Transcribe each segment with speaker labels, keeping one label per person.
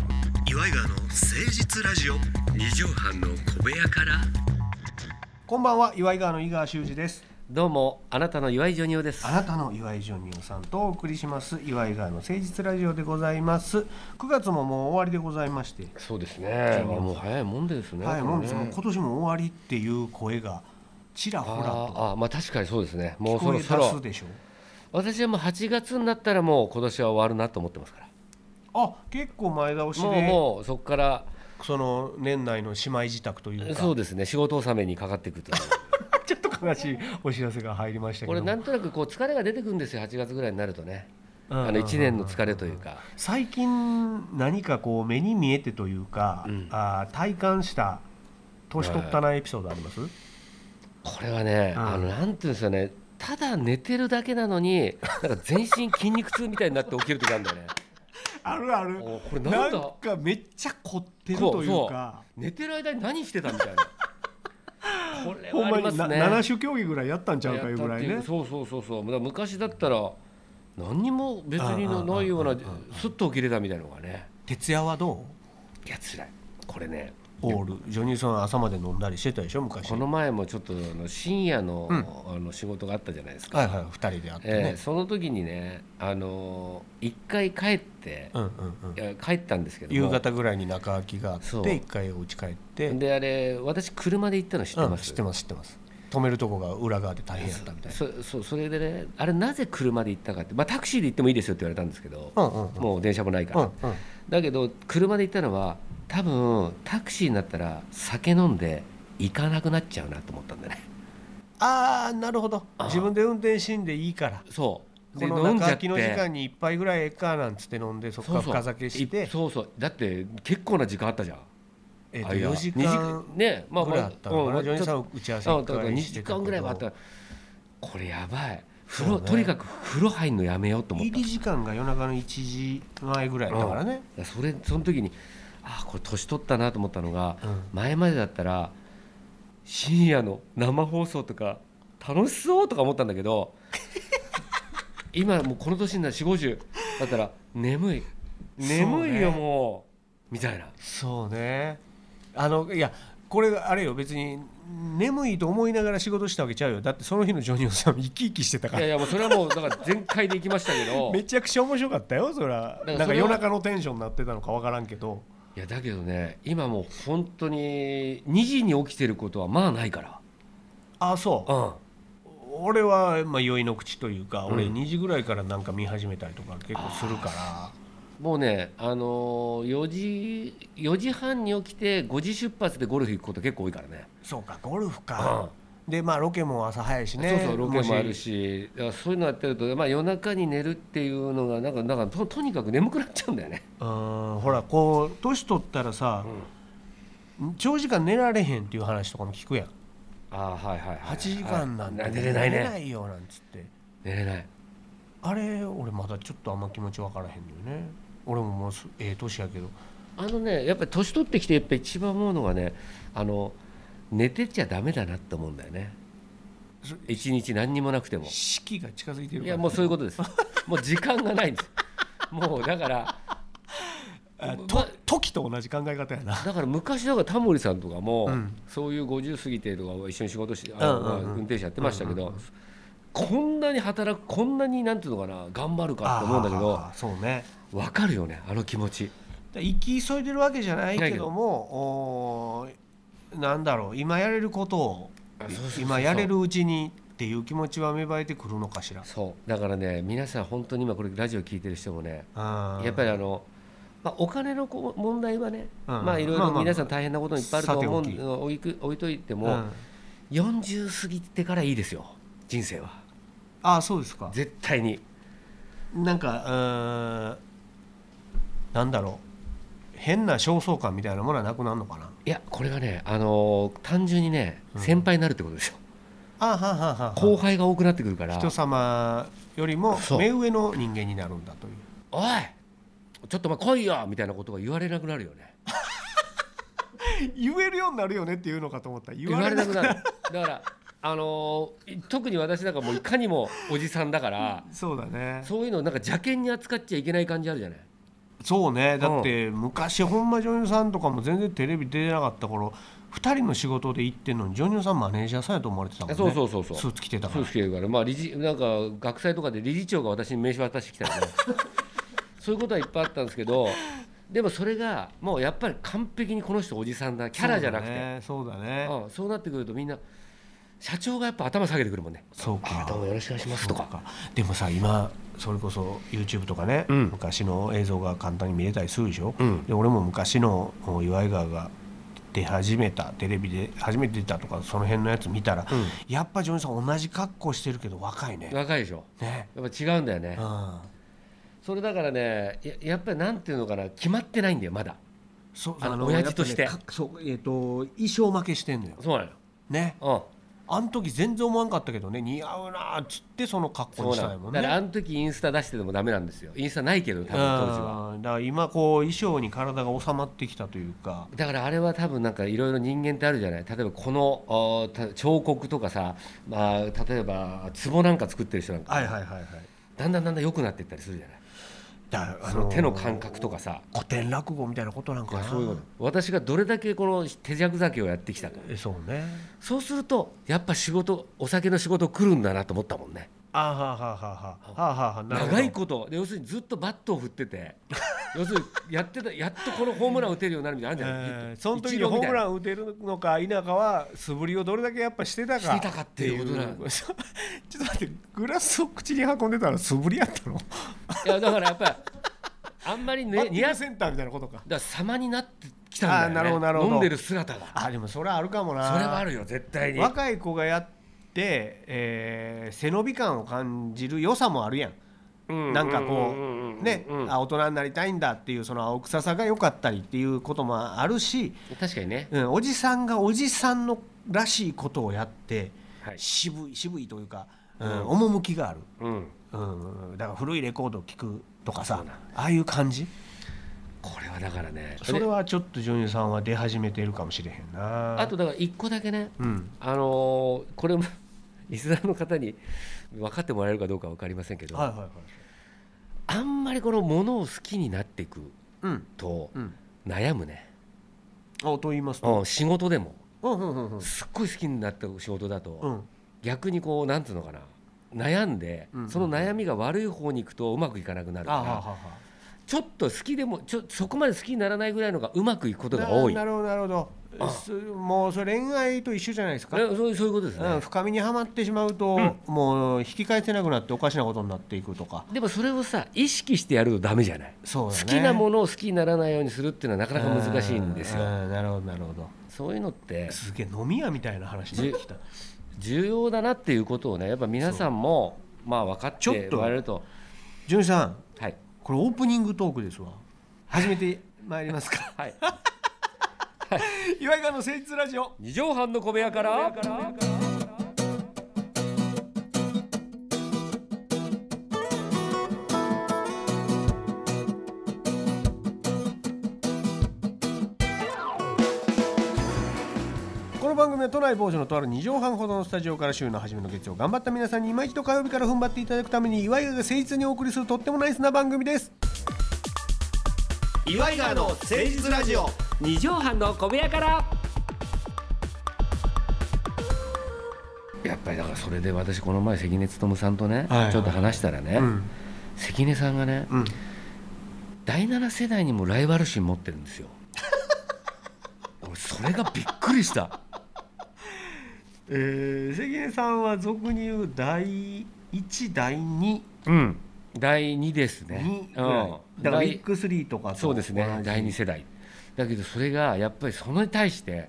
Speaker 1: イガーの誠実ラジオ
Speaker 2: 二畳半の小部屋から
Speaker 3: こんばんは岩井川の井川修司です
Speaker 2: どうもあなたの岩井ジョニオです
Speaker 3: あなたの岩井ジョニオさんとお送りします岩井川の誠実ラジオでございます9月ももう終わりでございまして
Speaker 2: そうですねもう早いもんですね
Speaker 3: はいもうです
Speaker 2: これ
Speaker 3: ね
Speaker 2: ね
Speaker 3: 今年も終わりっていう声がちらほらと
Speaker 2: あーあーまあ確かにそうですねもう
Speaker 3: 聞
Speaker 2: そ
Speaker 3: こ
Speaker 2: ろ
Speaker 3: え
Speaker 2: そ
Speaker 3: 出
Speaker 2: ろ
Speaker 3: すでしょ
Speaker 2: 私はもう8月になったらもう今年は終わるなと思ってますから
Speaker 3: あ結構前倒し
Speaker 2: もう
Speaker 3: で
Speaker 2: もうそこから
Speaker 3: その年内の姉妹自宅というか
Speaker 2: そうですね仕事納めにかかっていくという
Speaker 3: ち ょっと悲しいお知らせが入りましたけ
Speaker 2: こ
Speaker 3: ど
Speaker 2: れなんとなくこう疲れが出てくるんですよ8月ぐらいになるとね
Speaker 3: うん
Speaker 2: あの1年の疲れというか
Speaker 3: 最近何かこう目に見えてというか、
Speaker 2: うん
Speaker 3: あー体感した年取ったなエピソードあります、
Speaker 2: これはね
Speaker 3: うん
Speaker 2: あのなんていうんですかねただ寝てるだけなのになんか全身筋肉痛みたいになって起きる時あるんだ よね
Speaker 3: あるある
Speaker 2: おこれ
Speaker 3: な
Speaker 2: なんんだ
Speaker 3: かめっちゃ凝ってるというか
Speaker 2: 寝てる間に何してたみたい なこれ
Speaker 3: ほ
Speaker 2: は
Speaker 3: ん
Speaker 2: あ
Speaker 3: ま
Speaker 2: りま
Speaker 3: に
Speaker 2: す
Speaker 3: な
Speaker 2: ね
Speaker 3: 7種競技ぐらいやったんちゃうかいうぐらい
Speaker 2: やった
Speaker 3: ね
Speaker 2: っていうそうそうそうそうだから昔だったら何にも別に
Speaker 3: ああああ
Speaker 2: ないよう
Speaker 3: あ
Speaker 2: な
Speaker 3: あ
Speaker 2: すっと起きれたみたいなのがね
Speaker 3: 徹夜はど
Speaker 2: いや辛いこれね
Speaker 3: うオールジョニーさん朝まで飲んだりしてたでしょ昔
Speaker 2: この前もちょっとあの深夜の,、
Speaker 3: うん
Speaker 2: あの仕事があったじゃないですか、
Speaker 3: はいはい2人で会って
Speaker 2: え
Speaker 3: ね
Speaker 2: ー、その時にねあのー一回帰って、
Speaker 3: うんうんうん
Speaker 2: いや帰ったんですけども
Speaker 3: 夕方ぐらいに中空きがあって
Speaker 2: そう
Speaker 3: 1回お家帰って
Speaker 2: であれ私車で行ったの知って
Speaker 3: う
Speaker 2: ま
Speaker 3: ん
Speaker 2: す、
Speaker 3: 知ってます知ってます止めるとこが裏側で大変やったみたいな
Speaker 2: そそうそれでねあれなぜ車で行ったかって、まあ、タクシーで行ってもいいですよって言われたんですけど、
Speaker 3: うんうんうん
Speaker 2: もう電車もないか
Speaker 3: う
Speaker 2: ら、
Speaker 3: んうん
Speaker 2: だけど車で行ったのは多分タクシーになったら酒飲んで行かなくなっちゃうなと思ったんだね
Speaker 3: ああなるほど
Speaker 2: あー
Speaker 3: 自分で運転しんでいいから
Speaker 2: そう
Speaker 3: この中空きの時間に一杯ぐらいええかなんつって飲んでそこから深酒して
Speaker 2: そうそういそうそうだって結構な時間あったじゃん
Speaker 3: えっと
Speaker 2: あいや
Speaker 3: 4時
Speaker 2: 二
Speaker 3: 間
Speaker 2: ねまあ
Speaker 3: ぐらいあ
Speaker 2: ま
Speaker 3: ったのか
Speaker 2: あ
Speaker 3: なジョニーさ
Speaker 2: うん
Speaker 3: 打ち合わせ
Speaker 2: そう
Speaker 3: 1
Speaker 2: だから
Speaker 3: 回
Speaker 2: 2
Speaker 3: して
Speaker 2: 時
Speaker 3: たけ
Speaker 2: 間
Speaker 3: ど
Speaker 2: ぐらいはあったこれやばい風
Speaker 3: そ
Speaker 2: 呂、
Speaker 3: うね
Speaker 2: とにかく風呂入るのやめようと思っ
Speaker 3: 入
Speaker 2: た
Speaker 3: り時間が夜中の1時前ぐらいだからね、
Speaker 2: うんそれその時にああこれ年取ったなと思ったのが、
Speaker 3: うん
Speaker 2: 前までだったら深夜の生放送とか楽しそうとか思ったんだけ ど今もうこの年になる4 5 0だったら眠い眠いよ
Speaker 3: そうね
Speaker 2: もうみ たいな
Speaker 3: そうねあのいやこれあれよ別に眠いと思いながら仕事したわけちゃうよだってその日のジョニオさん生き生きしてたか
Speaker 2: いや
Speaker 3: ら
Speaker 2: いやもうそれはもうだから全開で行きましたけど
Speaker 3: めちゃくちゃ面白かったよそれは
Speaker 2: だからそれは
Speaker 3: なんか夜中のテンションになってたのかわからんけど
Speaker 2: いやだけどね今もう本当に2時に起きてることはまあないから
Speaker 3: ああそう
Speaker 2: うん
Speaker 3: 俺は、まあ、酔いの口というか、俺
Speaker 2: うん
Speaker 3: 2時ぐらいからなんか見始めたりとか結構するから
Speaker 2: もうね、あのー、4時4時半に起きて5時出発でゴルフ行くこと結構多いからね
Speaker 3: そうかゴルフか、でまあロケも朝早いしね
Speaker 2: そうそうロケもある
Speaker 3: し
Speaker 2: しだからそういうのやってると、まあ、夜中に寝るっていうのがなんかなんかととにかく 眠くなっちゃうんだよね、
Speaker 3: うんほらこう年取ったらさ、長時間寝られへんっていう話とかも聞くやん
Speaker 2: ああはいはいはい、
Speaker 3: 8時間なんて
Speaker 2: はい寝れない
Speaker 3: 寝れな
Speaker 2: ね
Speaker 3: いよなんつって
Speaker 2: 寝れない
Speaker 3: あれ俺まだちょっとあんま気持ちわからへんのよね俺ももうすええ年やけど
Speaker 2: あのねやっぱり年取ってきてやっぱ一番思うのがねあの寝てちゃダメだなって思うんだよね
Speaker 3: そ
Speaker 2: 一日何にもなくても
Speaker 3: 四季が近づいてる
Speaker 2: い
Speaker 3: から
Speaker 2: やもうそういうことですもう時間がないんですもうだから
Speaker 3: あと時と同じ考え方やな
Speaker 2: だから昔だからタモリさんとかも、
Speaker 3: うん
Speaker 2: そういう50過ぎてとか一緒に仕事して、あの
Speaker 3: うん
Speaker 2: まあ
Speaker 3: うんうん
Speaker 2: 運転手やってましたけど、こんなに働くこんなになんていうのかな頑張るかと思うんだけど
Speaker 3: あーそうね
Speaker 2: 分かるよねあの気持ち
Speaker 3: だから行き急いでるわけじゃないけどもおーなんだろう今やれることを
Speaker 2: あそうそうそうそう
Speaker 3: 今やれるうちにっていう気持ちは芽生えてくるのかしら。
Speaker 2: そうだからね皆さん本当に今これラジオ聞いてる人もねや
Speaker 3: や
Speaker 2: っぱりあの、まあ、お金のこう問題はね、
Speaker 3: うん
Speaker 2: まあいろい
Speaker 3: まあ
Speaker 2: ろ
Speaker 3: まあ
Speaker 2: 皆さん大変なこといっぱいあると思う
Speaker 3: さておき
Speaker 2: の置いく置いといても、
Speaker 3: うん
Speaker 2: 40過ぎてからいいですよ人生は
Speaker 3: ああそうですか
Speaker 2: 絶対に
Speaker 3: なんかうーんなんだろう変な焦燥感みたいなものはなくなるのかない
Speaker 2: やこれがね、あのー単純にね
Speaker 3: うん
Speaker 2: 先輩になるってことですよ、
Speaker 3: あーはんはんはんはん
Speaker 2: 後輩が多くなってくるから「
Speaker 3: 人様よりも
Speaker 2: そう
Speaker 3: 目上の人間になるんだという
Speaker 2: おいちょっとま来いよ!」みたいなことが言われなくなるよね
Speaker 3: 言えるようになるよねっていうのかと思ったら言
Speaker 2: 言
Speaker 3: わ
Speaker 2: わ
Speaker 3: れ
Speaker 2: れ
Speaker 3: なく
Speaker 2: なくなるだから、あのー特に私なんかもういかにもおじさんだから
Speaker 3: そうだね
Speaker 2: そういうのをなんか邪険に扱っちゃいけない感じあるじゃない
Speaker 3: そうねだって昔ほんまジョニオさんとかも全然テレビ出てなかった頃2人の仕事で行ってんのにジョニオさんマネージャーさんやと思われてたもんね
Speaker 2: そうそうそうそう
Speaker 3: スーツ着てたか
Speaker 2: そう
Speaker 3: ら
Speaker 2: ですけどだからまあ理事なんか学祭とかで理事長が私に名刺渡してきたり ねそういうことはいっぱいあったんですけどでもそれがもうやっぱり完璧にこの人おじさんだキャラじゃなくてそう,、
Speaker 3: そうだね
Speaker 2: ん、そうなってくるとみんな社長がやっぱ頭下げてくるもんね
Speaker 3: そうか
Speaker 2: どうもよろしくお願いしますとか
Speaker 3: そうでもさ今それこそ YouTube とかね、
Speaker 2: うん
Speaker 3: 昔の映像が簡単に見れたりするでしょ、
Speaker 2: うん
Speaker 3: で俺も昔のお岩井川が出始めたテレビで初めて出たとかその辺のやつ見たら、
Speaker 2: う
Speaker 3: やっぱジョニーさん同じ格好してるけど若いね。
Speaker 2: 若いでしょ
Speaker 3: ね
Speaker 2: やっぱ違うんだよね
Speaker 3: うん
Speaker 2: それだからねややっぱりなんていうのかな決まってないんだよまだ
Speaker 3: そう
Speaker 2: あの親父として
Speaker 3: やっぱねかそうえっ、と衣装負けしてんのよ
Speaker 2: そうなのよ
Speaker 3: ね
Speaker 2: うん
Speaker 3: あの時全然思わんかったけどね似合うなーっつってその格好
Speaker 2: そ
Speaker 3: に
Speaker 2: う
Speaker 3: し
Speaker 2: な
Speaker 3: たい
Speaker 2: の
Speaker 3: もん
Speaker 2: だ
Speaker 3: ね
Speaker 2: からあの時インスタ出しててもダメなんですよインスタないけど多分当時は
Speaker 3: うんだから今こう衣装に体が収まってきたというか
Speaker 2: だからあれは多分なんかいろいろ人間ってあるじゃない例えばこのあーた彫刻とかさ、まあ、例えば壺なんか作ってる人なんか、
Speaker 3: はいはいはいはい
Speaker 2: だんだんだんだん良くなっていったりするじゃない、
Speaker 3: だ
Speaker 2: その手の感覚とかさ
Speaker 3: 古典落語みたいなことなんかな
Speaker 2: そういうこと私がどれだけこの手酌酒をやってきたか
Speaker 3: えそうね
Speaker 2: そうするとやっぱ仕事お酒の仕事来るんだなと思ったもんね
Speaker 3: あーはあはあはあはあはあはあなるほど
Speaker 2: 長いことで要するにずっとバットを振っ てて要するにやってたやっとこのホームラン打てるようになるみたいなのあるじゃない、
Speaker 3: えーその時に
Speaker 2: 一郎
Speaker 3: ホ
Speaker 2: みた
Speaker 3: ー
Speaker 2: い
Speaker 3: ム
Speaker 2: な
Speaker 3: ラン打てるのか否かは素振りをどれだけやっぱしてたか
Speaker 2: してたかっていうことなん だ
Speaker 3: ちょっと待ってグラスを口に運んでたら素振りやった の
Speaker 2: いやだからやっぱりあんま り
Speaker 3: バッ
Speaker 2: ね
Speaker 3: ティン
Speaker 2: 似合
Speaker 3: グセンターみたいなことか
Speaker 2: だから様になってきたんだよね
Speaker 3: あーなるほどなるほど
Speaker 2: 飲んでる姿が
Speaker 3: あでもそれはあるかもな
Speaker 2: それはあるよ絶対に
Speaker 3: 若い子がやって、えー背伸び感を感じる良さもあるやんなんかこうね、あ大人になりたいんだっていうその青臭さが良かったりっていうこともあるし、
Speaker 2: 確かにね
Speaker 3: うん、おじさんがおじさんのらしいことをやって、
Speaker 2: はい
Speaker 3: 渋い渋いというか、うん
Speaker 2: うん
Speaker 3: 趣がある、
Speaker 2: うん
Speaker 3: うん、だから古いレコードを聴くとかさ
Speaker 2: そうなん
Speaker 3: ああいう感じ
Speaker 2: これはだからね
Speaker 3: それはちょっと女優さんは出始めてるかもしれへんな
Speaker 2: あとだから一個だけね
Speaker 3: うん
Speaker 2: あのーこれも リスナーの方に分かってもらえるかどうか分かりませんけど
Speaker 3: はいはいはい
Speaker 2: あんまりこのものを好きになっていく
Speaker 3: うん
Speaker 2: と
Speaker 3: うん
Speaker 2: 悩むね、
Speaker 3: あと言いますと、
Speaker 2: うん、仕事でも
Speaker 3: うんうんうんうん
Speaker 2: すっごい好きになった仕事だと、
Speaker 3: うん
Speaker 2: 逆にこうなんつうのかな悩んで、
Speaker 3: うん
Speaker 2: その悩みが悪い方に行くとうまくいかなくなる
Speaker 3: あ
Speaker 2: か
Speaker 3: は
Speaker 2: ら
Speaker 3: はは
Speaker 2: ちょっと好きでもちょそこまで好きにならないぐらいのがうまくいくことが多い
Speaker 3: な
Speaker 2: え
Speaker 3: なるほどなるほどすもうそれ恋愛と一緒じゃないですか、
Speaker 2: そうそういうことですね、
Speaker 3: うん、深みにはまってしまうと、もう引き返せなくなっておかしなことになっていくとか
Speaker 2: でもそれをさ意識してやるとダメじゃない、
Speaker 3: そう
Speaker 2: 好
Speaker 3: だね
Speaker 2: きなものを好きにならないようにするっていうのはなかなか難しいんです
Speaker 3: う
Speaker 2: よ
Speaker 3: んなるほどなるほど
Speaker 2: そういうのって
Speaker 3: すげえ飲み屋みたいな話になってきた
Speaker 2: 重要だなっていうことをねやっぱ皆さんもまあ分かっ
Speaker 3: ちょってと
Speaker 2: もらえると
Speaker 3: 純さん
Speaker 2: はい
Speaker 3: これオープニングトークですわ始めてまいりますか
Speaker 2: はい
Speaker 3: 岩井川の誠実ラジオ
Speaker 2: 二畳半の小部屋から
Speaker 3: この番組は都内某所のとある2畳半ほどのスタジオから週の初めの月曜頑張った皆さんに今一度火曜日から踏ん張っていただくために岩井川が誠実にお送りするとってもナイスな番組です
Speaker 1: 岩井川の誠実ラジオ
Speaker 2: 二畳半の小部屋からやっぱりだからそれで私この前関根勤さんとね、
Speaker 3: はいはい
Speaker 2: ちょっと話したらね、
Speaker 3: うん
Speaker 2: 関根さんがね
Speaker 3: うん
Speaker 2: 第7世代にもライバル心持ってるんですよ 俺それがびっくりした
Speaker 3: えー、関根さんは俗に言う第1第2
Speaker 2: うん第2ですね
Speaker 3: にぐらい、
Speaker 2: う
Speaker 3: だ
Speaker 2: ん
Speaker 3: から
Speaker 2: 第
Speaker 3: ビッグ3とかと
Speaker 2: そうですね
Speaker 3: 同じ
Speaker 2: 第2世代だけどそれがやっぱりそのに対して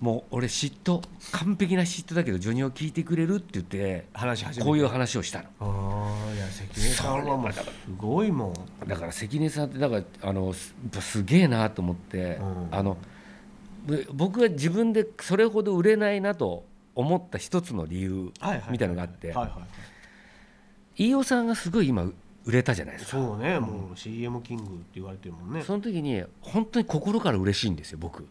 Speaker 2: もう俺嫉妬完璧な嫉妬だけどジョニオ聞いてくれるって言って
Speaker 3: 話し始め
Speaker 2: こういう
Speaker 3: う
Speaker 2: 話をしたの
Speaker 3: ああいや関根さんはもうすごいもん
Speaker 2: だから関根さんってだからあのすやっぱすげえなと思って、
Speaker 3: うん
Speaker 2: あのぶ僕が自分でそれほど売れないなと思った一つの理由
Speaker 3: はいはい
Speaker 2: みたいのがあって、
Speaker 3: はいはい
Speaker 2: 飯尾さんがすごい今売れたじゃないですか
Speaker 3: そうねもう CM キングって言われてるもんね
Speaker 2: その時に本当に心から嬉しいんですよ僕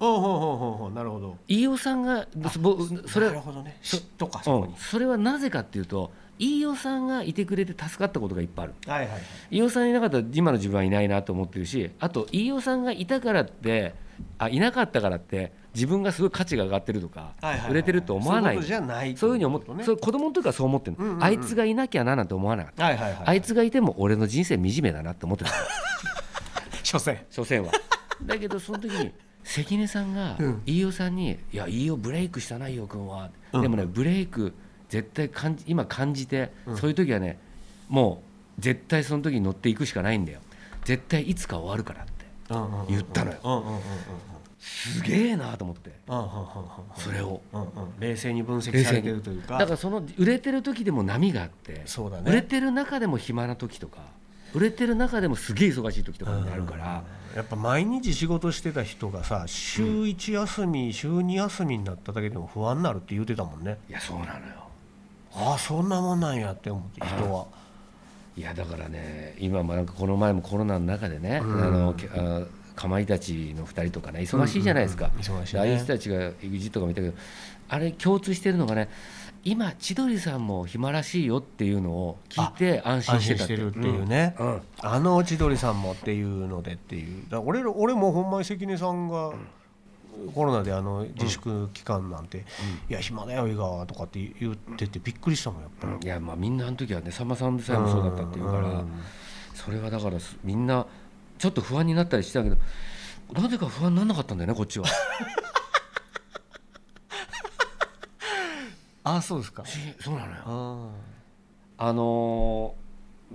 Speaker 3: おうほうほうほうほうなるほど
Speaker 2: 飯尾さんがそぼそれ
Speaker 3: なるほどね嫉妬かそこ
Speaker 2: うん
Speaker 3: に
Speaker 2: それはなぜかっていうと飯尾さんがいてくれて助かったことがいっぱいある
Speaker 3: はいはい
Speaker 2: 飯尾さんいなかったら今の自分はいないなと思ってるしあと飯尾さんがいたからってあいなかったからって自分がすごい価値が上がってるとか、
Speaker 3: はいはい
Speaker 2: 売れてると思わない
Speaker 3: そういうことじゃない
Speaker 2: そういうふうに思って、
Speaker 3: とね
Speaker 2: そう子供の時からそう思ってるの、
Speaker 3: うんうんうん
Speaker 2: あいつがいなきゃななんて思わなかった、
Speaker 3: はいはいはい
Speaker 2: あいつがいても俺の人生惨めだなって思ってた
Speaker 3: 所詮
Speaker 2: 所詮は だけどその時に関根さんが
Speaker 3: うん
Speaker 2: 飯尾さんに「いや飯尾ブレイクしたな飯尾君は」
Speaker 3: うん
Speaker 2: でもねブレイク絶対感じ今感じて、
Speaker 3: うん
Speaker 2: そういう時はねもう絶対その時に乗っていくしかないんだよ絶対いつか終わるからって言ったのよ
Speaker 3: うんうんうんうんうん
Speaker 2: すげえなと思って
Speaker 3: うんうん
Speaker 2: それを
Speaker 3: うんうんうん冷静に分析されてるというか
Speaker 2: だからその売れてる時でも波があって
Speaker 3: そうだ
Speaker 2: 売れ
Speaker 3: ね
Speaker 2: てる中でも暇な時とか売れてる中でもすげえ忙しい時とかになるから、
Speaker 3: やっぱ毎日仕事してた人がさ週1休み、週2休みになっただけでも不安になるって言ってたもんね
Speaker 2: いやそうなのよ
Speaker 3: ああそんなもんなんやって思って人はい
Speaker 2: やだからね今もなんかこの前もコロナの中でね、
Speaker 3: うん
Speaker 2: あのけあかまいたちの2人とかね忙しいじゃないですか、
Speaker 3: うんうんうん忙しいね
Speaker 2: でああいう人たちが EXIT とか見たけどあれ共通してるのがね今千鳥さんも暇らしいよっていうのを聞いて安心
Speaker 3: 安
Speaker 2: して
Speaker 3: 心し
Speaker 2: たって
Speaker 3: てるっていうね、
Speaker 2: うんうん
Speaker 3: あの千鳥さんもっていうのでっていうだから俺ら俺もほんまに関根さんがコロナであの自粛期間なんて「いや暇だよ井川」とかって言っててびっくりしたもんやっぱり。
Speaker 2: いやまあみんなあの時はねさんまさんでさえもそうだったっていうから、
Speaker 3: うん
Speaker 2: それはだからすみんなちょっと不安になったりしてたけどなぜか不安にならなかったんだよねこ っちは
Speaker 3: ああそうですか
Speaker 2: 不思議そうなのよ
Speaker 3: あ
Speaker 2: あのー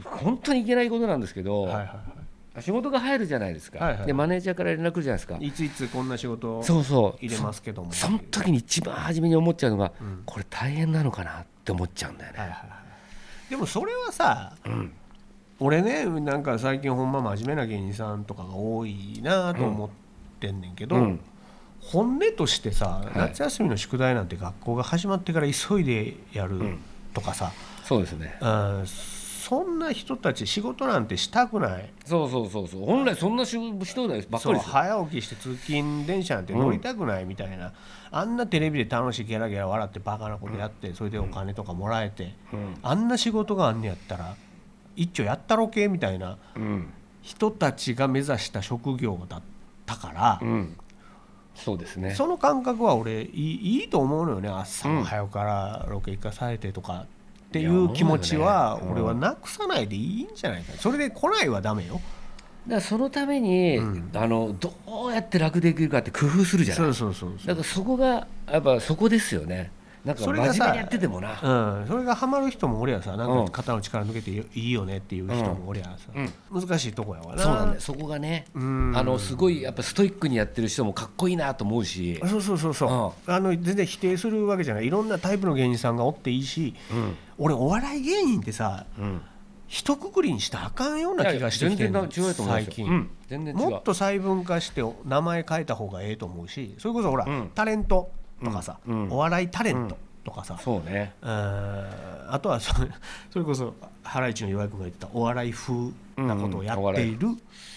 Speaker 2: 本当にいけないことなんですけど、
Speaker 3: あはいはい
Speaker 2: 仕事が入るじゃないですか、
Speaker 3: はいはい
Speaker 2: でマネージャーから連絡来るじゃないですか
Speaker 3: はいいついつこんな仕事を
Speaker 2: そうそう
Speaker 3: 入れますけども
Speaker 2: そその時に一番初めに思っちゃうのが、
Speaker 3: うん
Speaker 2: これ大変なのかなって思っちゃうんだよね、
Speaker 3: はいはいはいでもそれはさ、俺ねなんか最近ほんま真面目な芸人さんとかが多いなと思ってんねんけど、
Speaker 2: うん
Speaker 3: 本音としてさ、
Speaker 2: い
Speaker 3: 夏休みの宿題なんて学校が始まってから急いでやるとかさ、
Speaker 2: そうですね
Speaker 3: うんそんな人たち仕事なんてしたくない
Speaker 2: そうそうそうそう本来そんな仕人ないばっか
Speaker 3: そう
Speaker 2: りですよ
Speaker 3: 早起きして通勤電車なんて乗りたくないみたいな、あんなテレビで楽しいゲラゲラ笑ってバカなことやってそれでお金とかもらえて、
Speaker 2: うん
Speaker 3: あんな仕事があんねやったら一丁やったろけみたいな
Speaker 2: うん
Speaker 3: 人たちが目指した職業だったから
Speaker 2: う、んそうですね
Speaker 3: その感覚は俺いいいいと思うのよね朝早くからロケ行かされてとかってい
Speaker 2: いや
Speaker 3: う気持ちは
Speaker 2: 思うよ
Speaker 3: 俺
Speaker 2: ねうん
Speaker 3: はなくさないでいいんじゃないかそれで来ないはダメよ
Speaker 2: だからそのために、
Speaker 3: うん
Speaker 2: あのどうやって楽できるかって工夫するじゃない
Speaker 3: そうそうそうそ
Speaker 2: だ
Speaker 3: う
Speaker 2: からそこがやっぱそこですよねなんか
Speaker 3: そ
Speaker 2: 真
Speaker 3: れ
Speaker 2: 面
Speaker 3: がさ
Speaker 2: 目にやっててもな
Speaker 3: うん、それがハマる人もおりゃさな
Speaker 2: うんん
Speaker 3: か肩の力抜けていいよねっていう人もおりゃさ、難しいとこやわな
Speaker 2: そうなんだよそこがね
Speaker 3: うん
Speaker 2: あのすごいやっぱストイックにやってる人もかっこいいなと思うし、
Speaker 3: そうそうそうそう、あの全然否定するわけじゃないいろんなタイプの芸人さんがおっていいし、
Speaker 2: うん
Speaker 3: 俺お笑い芸人ってさ一括りにしたらあかんような気がしてきてん
Speaker 2: いや
Speaker 3: の
Speaker 2: 全然違うと思います
Speaker 3: 最
Speaker 2: よ
Speaker 3: 近、
Speaker 2: うん全然違う
Speaker 3: もっと細分化して名前変えた方がええと思うしそれこそほら、
Speaker 2: うん
Speaker 3: タレントとかさ、
Speaker 2: うんうん
Speaker 3: お笑いタレントとかさ、
Speaker 2: そうね
Speaker 3: うーんあとはそ それこそハライチの岩井君が言ってたお笑い風なことをやっている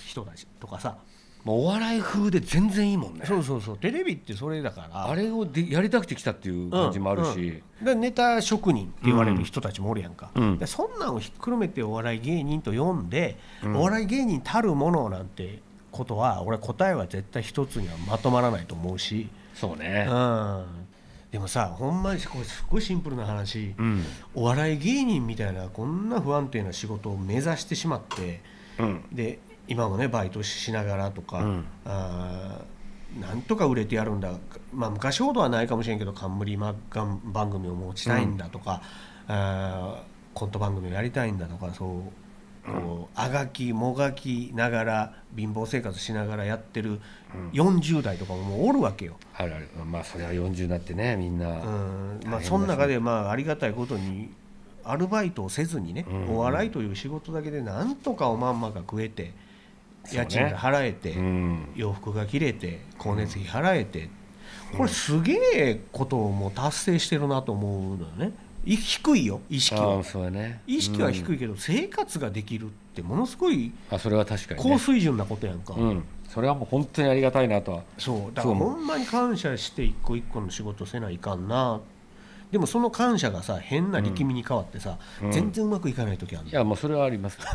Speaker 3: 人たちとかさ、
Speaker 2: もうお笑い風で全然いいもんね
Speaker 3: そうそうそうテレビってそれだから
Speaker 2: あれをでやりたくて来たっていう
Speaker 3: うん
Speaker 2: 感じもあるし、
Speaker 3: うんでネタ職人って言われる人たちもおるやんか、
Speaker 2: うん
Speaker 3: でそんなんをひっくるめてお笑い芸人と呼んで、お笑い芸人たるものなんてことは俺答えは絶対一つにはまとまらないと思うし、
Speaker 2: そう
Speaker 3: う
Speaker 2: ね
Speaker 3: ん、でもさほんまにこれすごいシンプルな話、
Speaker 2: うん
Speaker 3: お笑い芸人みたいなこんな不安定な仕事を目指してしまって
Speaker 2: うん
Speaker 3: で今もねバイトしながらとか、
Speaker 2: うん
Speaker 3: あーなんとか売れてやるんだ、まあ、昔ほどはないかもしれんけど冠番番組を持ちたいんだとか、あーコント番組をやりたいんだとかそうこうあがきもがきながら貧乏生活しながらやってる40代とかももうおるわけよ。
Speaker 2: あるあるまあそれは40になってねみん
Speaker 3: う
Speaker 2: な、
Speaker 3: んま
Speaker 2: 大変
Speaker 3: あ、
Speaker 2: ですね
Speaker 3: その中でまあありがたいことにアルバイトをせずにね、
Speaker 2: うん
Speaker 3: お笑いという仕事だけでなんとかおまんまが食えて
Speaker 2: そうね
Speaker 3: 家賃が払えて、
Speaker 2: うん
Speaker 3: 洋服が切れて光熱費払えて、これすげえことをもう達成してるなと思うのよねい低いよ意識
Speaker 2: ああ
Speaker 3: は
Speaker 2: そうやね
Speaker 3: 意識は
Speaker 2: うん
Speaker 3: 低いけど、生活ができるってものすごい
Speaker 2: あそれは確かに、ね、
Speaker 3: 高水準なことやんか、
Speaker 2: うん、それはもう本当にありがたいなとは
Speaker 3: そうだから
Speaker 2: そう
Speaker 3: ほんまに感謝して一個一個の仕事せないかんなっでもその感謝がさ変な力みに変わってさ、全然うまくいかない時あるの
Speaker 2: いやまあそれはあります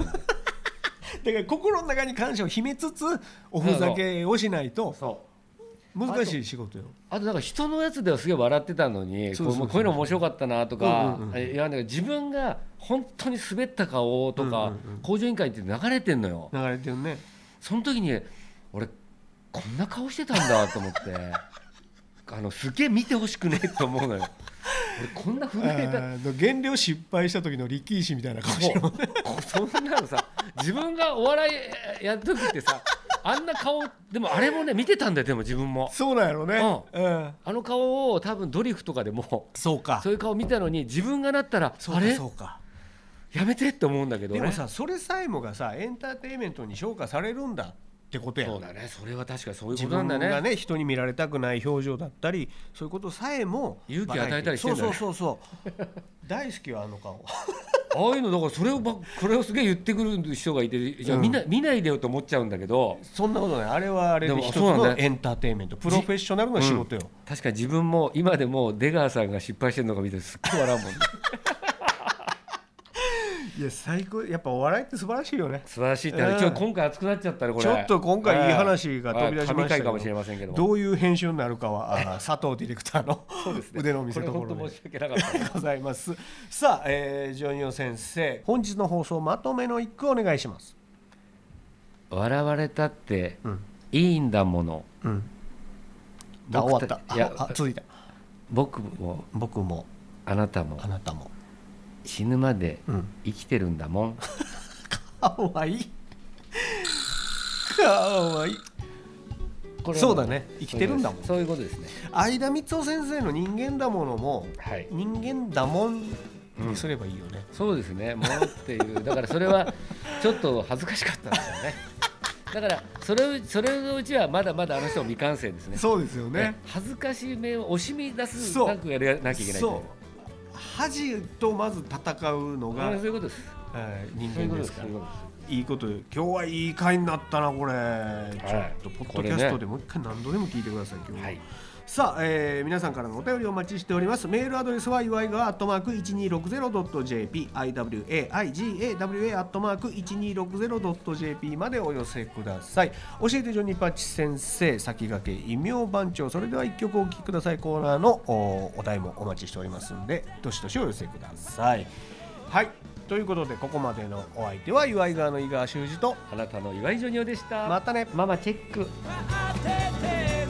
Speaker 3: だから心の中に感謝を秘めつつおふざけをしないと
Speaker 2: そう
Speaker 3: 難しい仕事よ
Speaker 2: あとなんか人のやつではすげえ笑ってたのに
Speaker 3: そうそう
Speaker 2: こう
Speaker 3: そう
Speaker 2: もうこういうの面白かったなとか、
Speaker 3: うんうんうん
Speaker 2: いやなんか自分が本当に滑った顔とか、
Speaker 3: うんうんうん
Speaker 2: 工場委員会って流れてんのよ
Speaker 3: 流れてるね
Speaker 2: その時に俺こんな顔してたんだと思ってあのすげえ見てほしくねえと思うのよ俺こんな震
Speaker 3: あ
Speaker 2: えた
Speaker 3: ー減量失敗した時の力石みたいな顔してる
Speaker 2: もうこそんなのさ自分がお笑いやっとくってさあんな顔でもあれもね見てたんだよでも自分も
Speaker 3: そうなんやろね、うん、
Speaker 2: あの顔を多分ドリフとかでも
Speaker 3: そうか
Speaker 2: そういう顔見たのに自分がなったら
Speaker 3: そう
Speaker 2: あ
Speaker 3: か
Speaker 2: れ
Speaker 3: そうか
Speaker 2: やめてって思うんだけどね
Speaker 3: でもさそれさえもがさエンターテインメントに昇華されるんだってことやん
Speaker 2: そうだねそれは確かにそういうこ
Speaker 3: 自
Speaker 2: とな
Speaker 3: 分
Speaker 2: んだ
Speaker 3: が
Speaker 2: ね
Speaker 3: ね人に見られたくない表情だったりそういうことさえも
Speaker 2: 勇気与えたりしてんだ
Speaker 3: そ
Speaker 2: ね
Speaker 3: うそうそうそう 大好きよあの顔
Speaker 2: ああいうのだからそれをばこれをすげえ言ってくる人がいていや、
Speaker 3: うん
Speaker 2: 見ない見ないでよと思っちゃうんだけど
Speaker 3: そんなことないあれはあれで
Speaker 2: でも
Speaker 3: 一つ
Speaker 2: そうなんだよ
Speaker 3: のエンターテインメントプロフェッショナルの仕事よ、
Speaker 2: 確かに自分も今でも出川さんが失敗してるのが見てすっごい笑うもん ね
Speaker 3: いや最高やっぱお笑いって素晴らしいよね
Speaker 2: 素晴らしいって話
Speaker 3: うん
Speaker 2: ちょっと今回熱くなっちゃったねこれ
Speaker 3: ちょっと今回いい話が飛び出しましたけど
Speaker 2: はい神回かもしれませんけども
Speaker 3: どういう編集になるかはあー佐藤ディレクターの腕の見せ所
Speaker 2: これ本
Speaker 3: で
Speaker 2: 当申し訳なかった
Speaker 3: ございますさあ、えー、ジョニオ先生本日の放送まとめの一句お願いします
Speaker 2: 笑われたって
Speaker 3: うん
Speaker 2: いいんだもの
Speaker 3: うんあ
Speaker 2: 僕
Speaker 3: 終わ
Speaker 2: た
Speaker 3: った
Speaker 2: いや
Speaker 3: ああ続いた
Speaker 2: 僕も
Speaker 3: 僕も
Speaker 2: あなたも
Speaker 3: あなたも
Speaker 2: 死ぬまで
Speaker 3: うん
Speaker 2: 生きてるんだもん
Speaker 3: かわいいかわいい
Speaker 2: これは
Speaker 3: そうだね生きてるんだもん
Speaker 2: そういうことですね
Speaker 3: 相田光雄先生の人間だものも
Speaker 2: はい
Speaker 3: 人間だもんにすればいいよね、
Speaker 2: そうですねものっていうだからそれはちょっと恥ずかしかったんですよねだからそれそれのうちはまだまだあの人も未完成ですね
Speaker 3: そうですよ
Speaker 2: ね恥ずかしい面を惜しみ出す
Speaker 3: そう
Speaker 2: なくやらなきゃいけない
Speaker 3: そ
Speaker 2: と
Speaker 3: う恥とまず戦うのが
Speaker 2: あ、そういうことです
Speaker 3: えー人
Speaker 2: そういうこ
Speaker 3: 間
Speaker 2: と
Speaker 3: で
Speaker 2: ですす
Speaker 3: か
Speaker 2: そ
Speaker 3: ら
Speaker 2: ういうことです
Speaker 3: いいこと今日はいい回になったなこれ、
Speaker 2: い
Speaker 3: ちょっとポッドキャスト
Speaker 2: これ
Speaker 3: でもう一回何度でも聞いてください今日は、
Speaker 2: はい
Speaker 3: さあ、えー皆さんからのお便りをお待ちしておりますメールアドレスは祝いがアットマーク 1260.jp iwaigawa アットマーク 1260.jp までお寄せください教えてジョニーパッチ先生先駆け異名番長それでは一曲お聴きくださいコーナーのおお題もお待ちしておりますんでどしどしお寄せくださいはいということでここまでのお相手は祝い側の井川修司と
Speaker 2: あなたの岩井ジョニオでした
Speaker 3: またね
Speaker 2: ママチェック
Speaker 1: 当ててる